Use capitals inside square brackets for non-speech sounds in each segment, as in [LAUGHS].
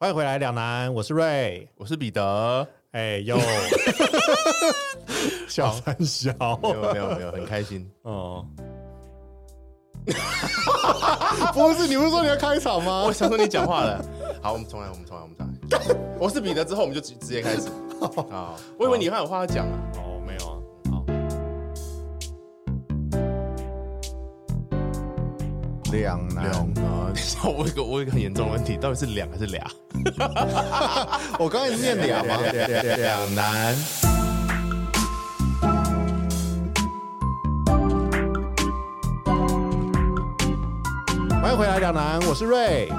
欢迎回来，两难，我是瑞。我是彼得，哎 [LAUGHS] 呦，小三小，没有没有没有，很开心。哦，啊不是，你不是说你要开场吗？我想说你讲 [LAUGHS] 话了，好，我们重来，我们重来，我们重来。我是彼得之后，我们就直直接开 [LAUGHS] 始。啊，我以为你还有话要讲啊。哦，没有啊。两难。啊， [LAUGHS] 我有一个我有一个很严重的问题，到底是两还是俩？我刚才是念两吗？两难。欢迎回来，两难，我是瑞。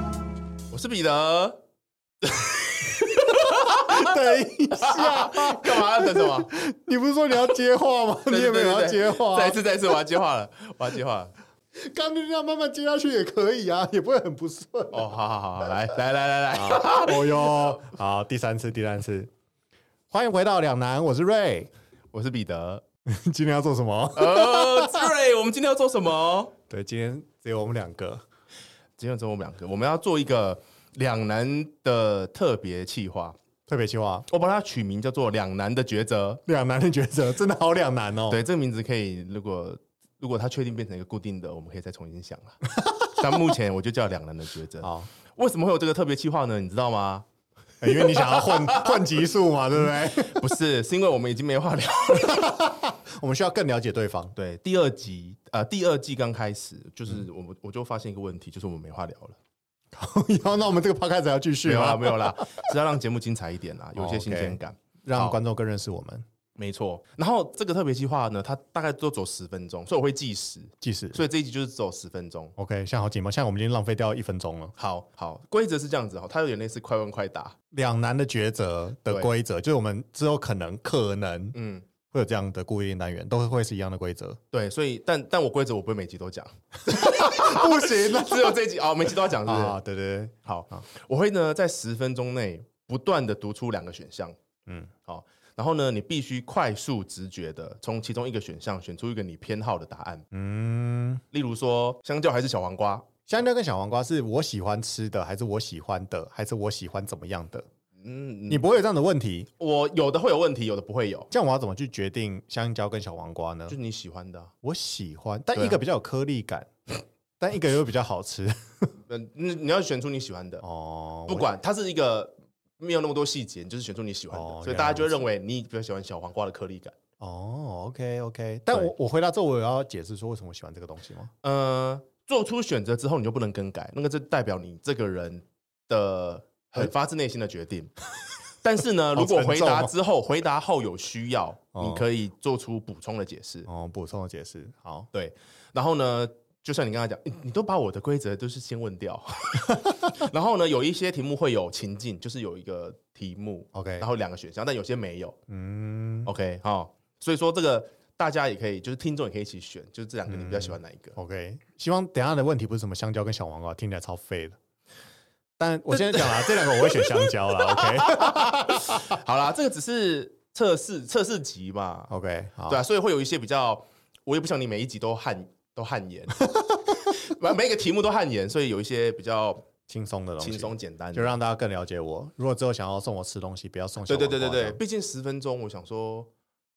我是 [LAUGHS] 彼得，等一下，干嘛等什么？你不是说你要接话 [LAUGHS] 吗？你也没有要接话、啊再一次再一次，我要接话了，我要接话了。刚就这样慢慢接下去也可以啊，也不会很不顺。哦，好好好，来来来来来， [LAUGHS] 哦哟，好，第三次，第三次，欢迎回到两难，我是瑞。我是彼得。 [LAUGHS] 今天要做什么？呃，对，我们今天要做什么？对，今天只有我们两个。今天只有我们两个，我们要做一个两难的特别企划。特别计划，我把它取名叫做“两难的抉择两难的抉择真的好两难哦”。。对，这个名字可以，如果如果它确定变成一个固定的，我们可以再重新想了。但目前我就叫“两难的抉择好，”。为什么会有这个特别计划呢？你知道吗？欸因为你想要混 [LAUGHS] 混级数嘛，对不 [LAUGHS] 对？不是，是因为我们已经没话聊。我们需要更了解对方。对，第二集呃，第二季刚开始，嗯就是我们、我就发现一个问题，就是我们没话聊了。然后，那我们这个 podcast 还要继没续啊有啦，吗？没有啦，只要让节目精彩一点啦，有一哦些新，OK 鲜感。让好观众更认识我们。没错，然后这个特别计划呢，它大概都走十分钟，所以我会计时，计时。所以这一集就是走十分钟。 OK，像好紧吗？像我们已经浪费掉一分钟了。好好，规则是这样子哈，哦它有点类似快问快答。两难的抉择的对规则，就是我们之后可能可能嗯，会有这样的固定单元，都会是一样的规则。对，所以但但我规则我不会每集都讲， [LAUGHS] [LAUGHS] 不行啊！只有这一集哦，每集都要讲是不 [LAUGHS] 是？啊，对对对，好，我会呢在十分钟内不断的读出两个选项，嗯嗯，好，然后呢你必须快速直觉的从其中一个选项选出一个你偏好的答案，嗯，例如说香蕉还是小黄瓜，香蕉跟小黄瓜是我喜欢吃的，还是我喜欢的，还是我喜欢怎么样的？嗯，你不会有这样的问题，我有的会有问题，有的不会有，这样我要怎么去决定香蕉跟小黄瓜呢就是？你喜欢的啊、我喜欢，但对啊一个比较有颗粒 [LAUGHS] 感，但一个又比较好吃。嗯，你你要选出你喜欢的，哦，不管它是一个没有那么多细节，你就是选出你喜欢的，哦所以大家就会认为你比较喜欢小黄瓜的颗粒感。我哦，OK OK，但对我我回答之后，我有要解释说为什么我喜欢这个东西吗？呃，做出选择之后你就不能更改，那个就代表你这个人的很发自内心的决 [LAUGHS] 定。但是呢，好如果沉重回答哦之后，回答后有需要，哦你可以做出补充的解释。哦，补充的解释，好，对，然后呢，就像你刚才讲，诶你都把我的规则都是先问 [LAUGHS] 掉。然后呢，有一些题目会有情境，就是有一个题目 OK 然后两个选项，但有些没有。嗯 OK，好、所以说这个大家也可以，就是听众也可以一起选，就是这两个你比较喜欢哪一个？ ，OK，希望等一下的问题不是什么香蕉跟小黄瓜，听起来超废的。但我先讲 [LAUGHS] 啦，这两个我会选香蕉啦 OK 好啦，这个只是测试测试集嘛， OK，好，对啊，所以会有一些比较，我也不想你每一集都汗都汗 [LAUGHS] 颜，每一个题目都汗颜，所以有一些比较轻松的东西，轻松简单就的。让大家更了解我。如果之后想要送我吃东西，不要送小对黄瓜这对对样。对对，毕竟十分钟，我想说，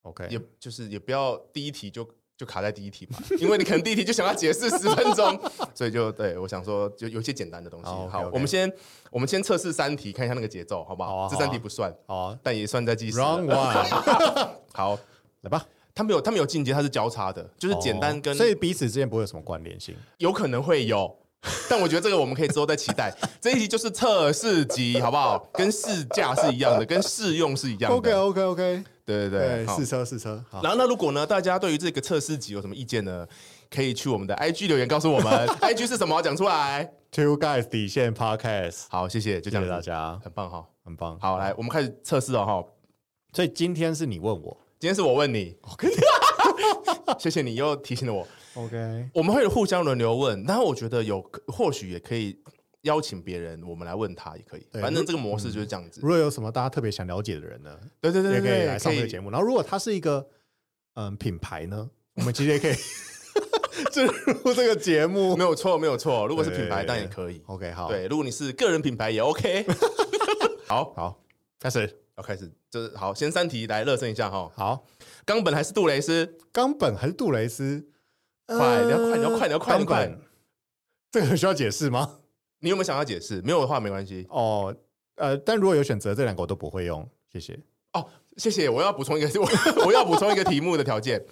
，OK，也就是也不要第一题就就卡在第一题嘛，因为你可能第一题就想要解释十分 [LAUGHS] 钟，所以就对我想说，就有一些简单的东西。好好， ，OK，OK 我们先我们先测试三题，看一下那个节奏，好不好？好啊这好啊三题不算，好啊但也算在计时了。 ，Wrong one， [LAUGHS] 好，来吧。他们有他们有进阶，它是交叉的， [LAUGHS] 就是简单跟、哦所以彼此之间不会有什么关联性。有可能会有。但我觉得这个我们可以之后再期 [LAUGHS] 待。这一集就是测试集，好不好？跟试驾是一样的，跟试用是一样的。 OK OK，对对对，好试车试车，好，然后，那如果呢，大家对于这个测试集有什么意见呢？可以去我们的 IG 留言告诉 [LAUGHS] 我们，IG 是什么？讲出来。 Two Guys 底线 Podcast，好，谢谢，就谢这样谢子大，家，很棒哈。很棒。好，来，我们开始测试哦哈。所以今天是你问我今天是我问你，哦 [LAUGHS] 谢谢你又提醒了我。 ，OK，我们会互相轮流问，然后我觉得有或许也可以邀请别人，我们来问他也可以。对反正这个模式就是这样子如。果有什么大家特别想了解的人呢，对对对也对可以来对，上这个节目。然后如果他是一个嗯品牌呢，我们其实也可 [LAUGHS] 以 [LAUGHS] 进入这个节目。没有错没有错。如果是对品牌，对当然也可以。 OK，好，对，如果你是个人品牌也 OK。[LAUGHS] 好，好，开始。要开始，就是好，先三题来热身一下哈。好，冈本还是杜蕾斯？冈本还是杜蕾斯？呃快，你要快，你要快，你要快，冈你要快本。，这个需要解释吗？你有没有想要解释？没有的话没关系。哦，呃，但如果有选择，这两个我都不会用，谢谢。哦，谢谢。我要补充一个， [LAUGHS] 我我要补充一个题目的条件，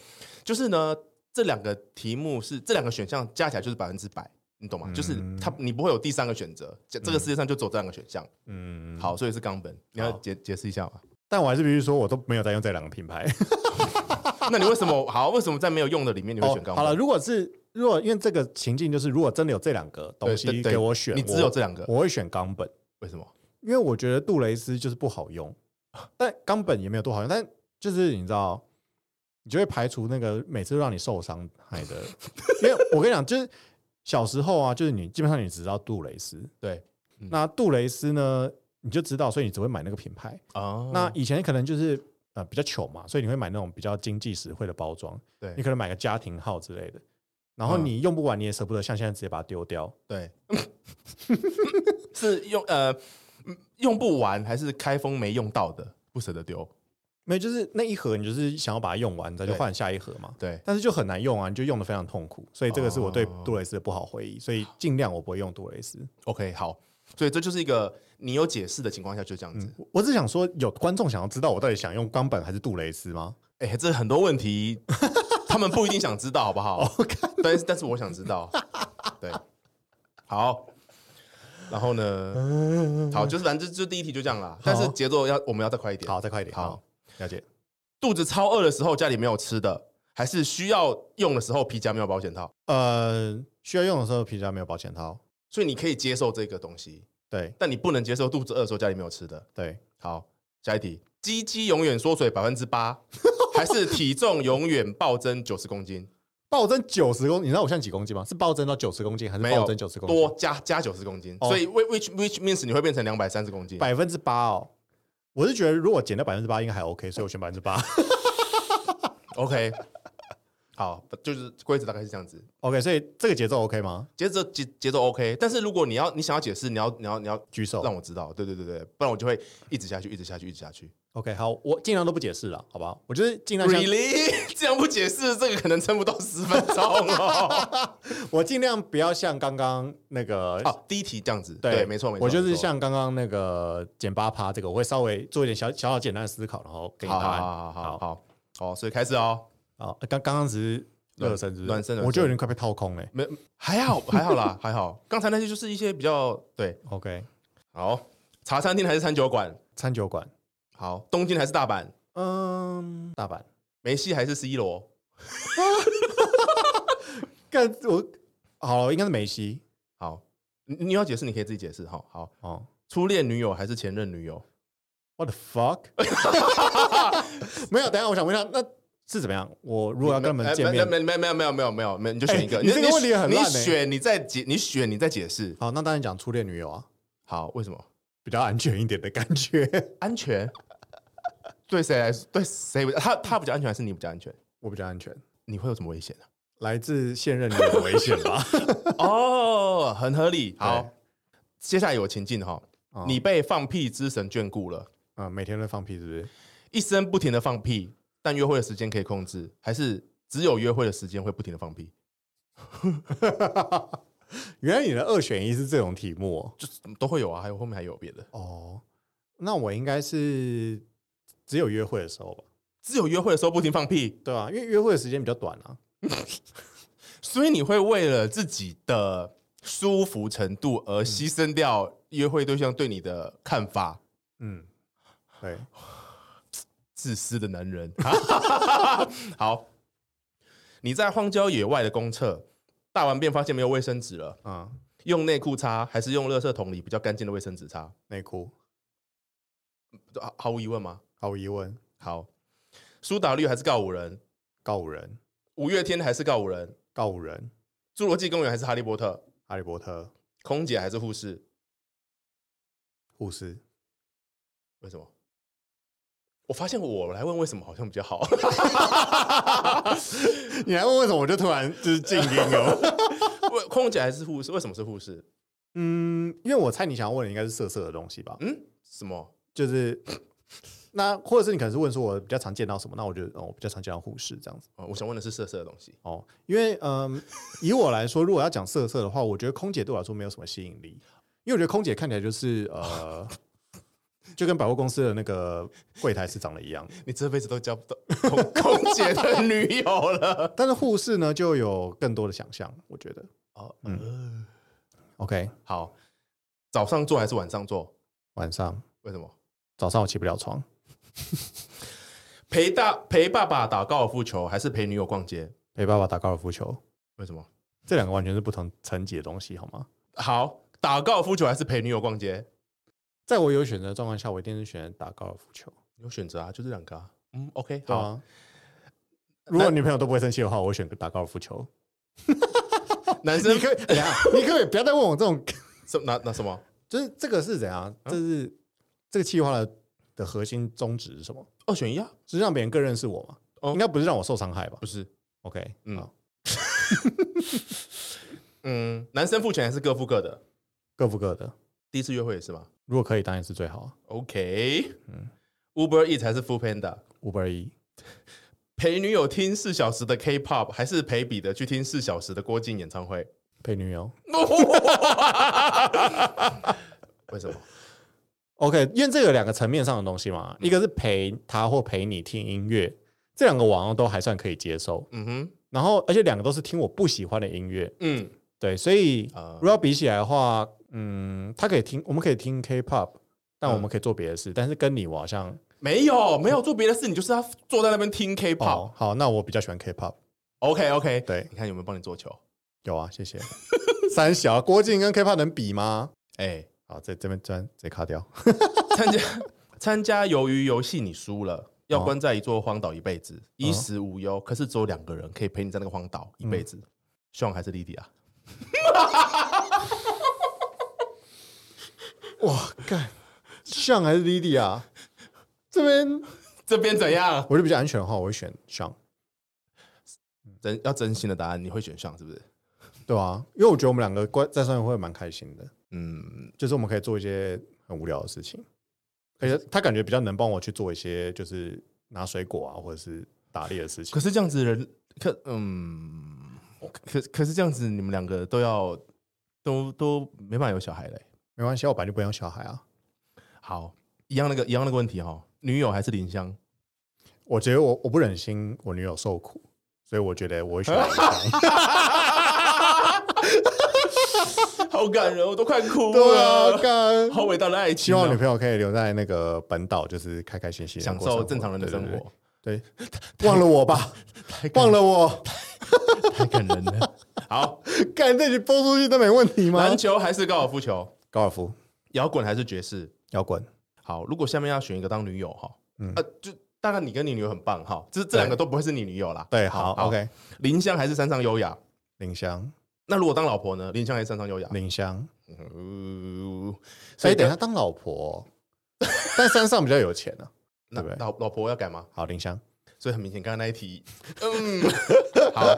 就是呢，这两个题目是这两个选项加起来就是百分之百，你懂吗？嗯就是它你不会有第三个选择，这这个世界上就走这两个选项。嗯，好，所以是冈本，你要好解解释一下吗？但我还是必须说，我都没有在用这两个品牌。那你为什么好？为什么在没有用的里面你会选冈哦好本？了，如果是如果因为这个情境就是，如果真的有这两个东对西对对给我选，你只有这两个我，我会选冈本，为什么？因为我觉得杜蕾斯就是不好用， [LAUGHS] 但冈本也没有多好用，但就是你知道。你就会排除那个每次都让你受伤害的，因为我跟你讲，就是小时候啊，就是你基本上你只知道杜蕾斯，对嗯那杜蕾斯呢，你就知道，所以你只会买那个品牌。哦，那以前可能就是呃比较穷嘛，所以你会买那种比较经济实惠的包装，对你可能买个家庭号之类的，然后嗯你用不完你也舍不得，像现在直接把它丢掉。对， [LAUGHS] 是用呃嗯用不完，还是开封没用到的，不舍得丢？没有，就是那一盒你就是想要把它用完，再去对换下一盒嘛。对，但是就很难用啊，你就用的非常痛苦，所以这个是我对哦杜蕾斯的不好回忆，所以尽量我不会用杜蕾斯。 OK，好，所以这就是一个你有解释的情况下就这样子。我我只想说，有观众想要知道我到底想用冈本还是杜蕾斯吗？哎、这很多问题他们不一定想知道，好不 [LAUGHS] 好？但是但是我想知道，对，好。然后呢？好，就是反正就就第一题就这样啦。但是节奏要我们要再快一点。好，再快一点，好好，了解。肚子超饿的时候家里没有吃的，还是需要用的时候皮夹没有保险套，呃，需要用的时候皮夹没有保险套，所以你可以接受这个东西，对但你不能接受肚子饿的时候家里没有吃的。对，好，下一题，鸡鸡永远缩水百分之八，还是体重永远暴增九十公斤？暴增九十公，你知道我现在几公斤吗？是暴增到九十公斤还是没有暴增九十公斤？多加加九十公斤，哦所以 which which which means 你会变成两百三十公斤。百分之八哦。我是觉得如果减到百分之八应该还 OK，所以我选百分之八。 [LAUGHS] OK，好，就是规则大概是这样子， OK，所以这个节奏 OK 吗？节奏节节奏 OK。但是如果你要你想要解释，你要你要你要举手。让我知道，对对对对，不然我就会一直下去，一直下去，一直下去。 OK，好，我尽量都不解释了，好不好？我就是尽量像 Really，这样不解释，这个可能撑不到十分钟哦。我尽量不要像刚刚那个。好，第一题这样子，哦对，没错没错，我就没是错像刚刚那个减八趴这个，我会稍微做一点小小小简单的思考，然后给你好答好案。好好好好好，所以开始哦。好，呃刚刚刚只是热身，是不是？暖身暖身我就有点快被掏空了。没还 [LAUGHS] 好还好啦，还好。刚才那些就是一些比较对， OK，好，茶餐厅还是餐酒馆？餐酒馆，好，东京还是大阪？嗯，大阪。梅西还是 C 罗？干我好了，应该是梅西好，你你要解释，你可以自己解释。好好，哦。初恋女友还是前任女友？ What the fuck？没有， [LAUGHS] 等一下我想问一下，那是怎么样？我如果要跟他们见面，没没没有没有没有没有没有，你就选一个。哎你这个问题很烂你欸选，你再解，你选，你再解释。好，那当然讲初恋女友啊，好，为什么？比较安全一点的感觉。 [LAUGHS] 安全？对谁来？对谁比较？他他比较安全还是你比较安全？我比较安全，你会有什么危险呢、来自现任女友的危险吧？哦，很合理。好对，接下来有情境哈，哦 [LAUGHS] 你被放屁之神眷顾了。啊、每天都放屁是不是？ [LAUGHS] 一生不停的放屁，但约会的时间可以控制，还是只有约会的时间会不停的放屁？原来你的二选一是这种题目哦就是都会有啊，还有后面还有别的，哦。那我应该是只有约会的时候吧？只有约会的时候不停放屁，对啊，因为约会的时间比较短啊。所以你会为了自己的舒服程度而牺牲掉约会对象对你的看法，嗯，对，自私的男人。好，你在荒郊野外的公厕大完便发现没有卫生纸了，啊、用内裤擦还是用垃圾桶里比较干净的卫生纸擦？内裤毫毫无疑问吗？毫无疑问，好，苏打绿还是告五人？告五人，五月天还是告五人？告五人，侏罗纪公园还是哈利波特？哈利波特，空姐还是护士？护士。 [LAUGHS] 为什么？我发现我来问为什么好像比较好。 [LAUGHS] 你还问为什么，我就突然就是静音了。 [LAUGHS] 为空姐还是护士？为什么是护士？嗯，因为我猜你想要问的应该是色色的东西吧？嗯，什么？就是那或者是你可能是问说我比较常见到什么，那我觉得哦，我比较常见到护士这样子哦，我想问的是色色的东西。哦，因为嗯，以我来说，如果要讲色色的话，我觉得空姐对我来说没有什么吸引力，因为我觉得空姐看起来就是呃。 [LAUGHS] 就跟百货公司的那个柜台是长得一样，你这辈子都交不到空空姐的女友了。 [LAUGHS] 但是护士呢就有更多的想象，我觉得。哦，呃嗯 OK，好，早上做还是晚上做？晚上为什么？早上我起不了床，陪大陪爸爸打高尔夫球，还是陪女友逛街？陪爸爸打高尔夫球，为什么？这两个完全是不同层级的东西，好吗？好，打高尔夫球还是陪女友逛街？在我有选择的状况下，我一定是选择打高尔夫球。有选择啊，就这两个啊。嗯，OK，对好。啊，如果女朋友都不会生气的话，我会选打高尔夫球。男 [LAUGHS] 生你可以，等一下你可不可以不要再问我这种， [LAUGHS] 什那那什么？就是这个是怎样？这是这个计划的的核心宗旨是什么？二选一啊？是让别人更认识我嘛？哦应该不是让我受伤害吧不是， ？OK，嗯好，嗯，男生付钱还是各付各的？各付各的。第一次约会也是吗如果可以，当然是最好啊。 ？OK，嗯 u b e r Eats 还是 Food Panda？五百一，陪女友听四小时的 K-pop，还是陪彼得去听四小时的郭靖演 [LAUGHS] 唱会？陪女友。为什么？ OK，因为这有两个层面上的东西嘛，一个是陪他或陪你听音乐，这两个我好像都还算可以接受。嗯哼，然后，而且两个都是听我不喜欢的音乐，嗯，对，所以啊如果要比起来的话，嗯，他可以听，我们可以听 K-pop，但嗯我们可以做别的事。但是跟你，我好像没有，没有做别的事，你就是要坐在那边听 K-pop。哦，好，那我比较喜欢 K-pop。 OK OK，对，你看有没有帮你做球？有啊，谢谢。三小啊郭靖跟 K-pop 能比吗？哎、好，这这边钻，这卡掉。参加 [LAUGHS] 参加鱿鱼游戏，你输了，要哦关在一座荒岛一辈子，衣食无忧。可是只有两个人可以陪你在那个荒岛一辈子，希望还是莉迪啊？哇，干，像还是 Lily 啊？这边这边怎样？我就比较安全的话，我会选像，真要真心的答案，你会选上是不是？对啊，因为我觉得我们两个关在上面会蛮开心的，嗯，就是我们可以做一些很无聊的事情，而且他感觉比较能帮我去做一些就是拿水果啊，或者是打猎的事情可。是这样子人，可嗯，可可是这样子，你们两个都要都都没办法有小孩嘞、没关系，我本来就不养小孩啊。好，一样那个一样那个问题哈、哦女友还是林香？我觉得我我不忍心我女友受苦，所以我觉得我 [LAUGHS] 会选择离开好感人，我都快哭对啊，干好伟大的爱希情哦、望女朋友可以留在那个本岛，就是开开心心地享过生受活正常人的生。对对活，对，对忘了我吧，忘了我， [LAUGHS] 太感人了。 [LAUGHS] 好，干这集播出去都没问题 [LAUGHS] 吗？篮球还是高尔夫球？高尔夫、摇滚还是爵士？摇滚，好，如果下面要选一个当女友哈，嗯啊，就大概你跟你女友很棒哈，这这两个都不会是你女友啦。对，好，OK。林香还是山上优雅？林香，那如果当老婆呢？林香还是山上优雅？林香，嗯所以等一下当老婆，但山上比较有钱啊。那对不对老老婆要改吗？好，林香，所以很明显，刚刚那 [LAUGHS] 一题，嗯，好，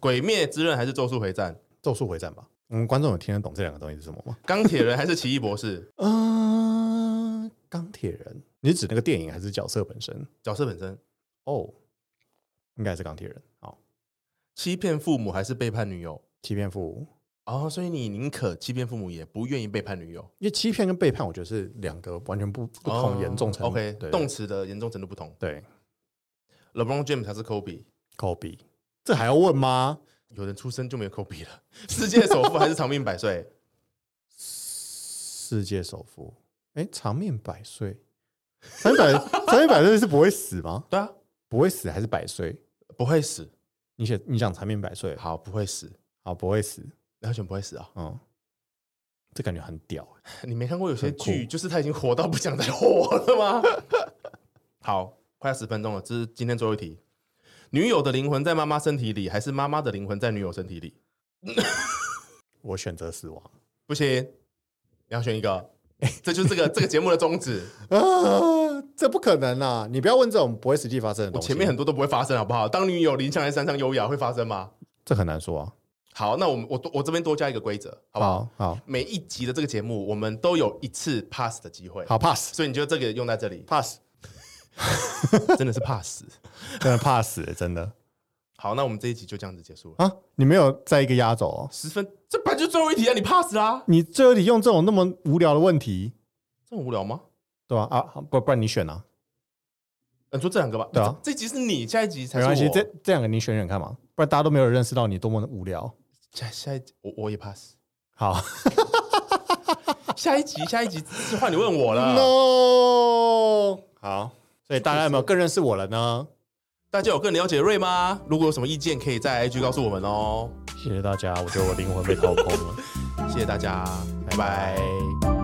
鬼灭之刃还是咒术回战？咒术回战吧。我们观众有听得懂这两个东西是什么吗？钢铁人还是奇异博士？嗯，钢铁人，你是指那个电影还是角色本身？角色本身，哦，应该是钢铁人。好，欺骗父母还是背叛女友？欺骗父母，哦，所以你宁可欺骗父母，也不愿意背叛女友，因为欺骗跟背叛，我觉得是两个完全不不同严重程度。哦 OK，对动词的严重程度不同。对 LeBron James 还是 Kobe？ ，Kobe，这还要问吗？有人出生就没有 Kobe 了。世界首富还是长命百岁？世界首富，哎，长命百岁，长命百 [LAUGHS] 长命百岁是不会死吗？对啊，不会死还是百岁？不会死。你写你讲长命百岁，好，不会死，好不会死，你要选不会死啊！ [LAUGHS] 嗯，这感觉很屌、你没看过有些很酷剧，就是他已经活到不想再活了吗？ [LAUGHS] 好，快要十分钟了，这是今天最后一题。女友的灵魂在妈妈身体里，还是妈妈的灵魂在女友身体里？我选择死亡不行，你要选一个。这就是这个这个节目的 [LAUGHS] 宗旨。啊，这不可能啊！你不要问这种不会实际发生的我东西，前面很多都不会发生，好不好？当女友林香在山上优雅会发生吗？这很难说啊。好，那我们我多我这边多加一个规则，好不好？好好每一集的这个节目，我们都有一次 pass 的机会，好 pass，所以你就这个用在这里 pass， [LAUGHS] 真的是 pass。真的 pass，真欸的好，那我们这一集就这样子结束了，啊！你没有在一个压轴哦，十分，这本来就最后一题啊，你 pass 啦，你最后你用这种那么无聊的问题，这么无聊吗？对吧？啊，好不不然你选啊，呃你说这两个吧，对啊这这集是你，下一集才没是我，啊关系，这这两个你选选看嘛，不然大家都没有认识到你多么的无聊。下下一集我我也 pass，好下一集下一集是换你问我了。 ，no，好，所以大家有没有更认识我了呢？大家有更了解瑞吗？如果有什么意见，可以在 IG 告诉我们哦。谢谢大家，我觉得我灵魂被掏空了，谢谢大家，拜拜拜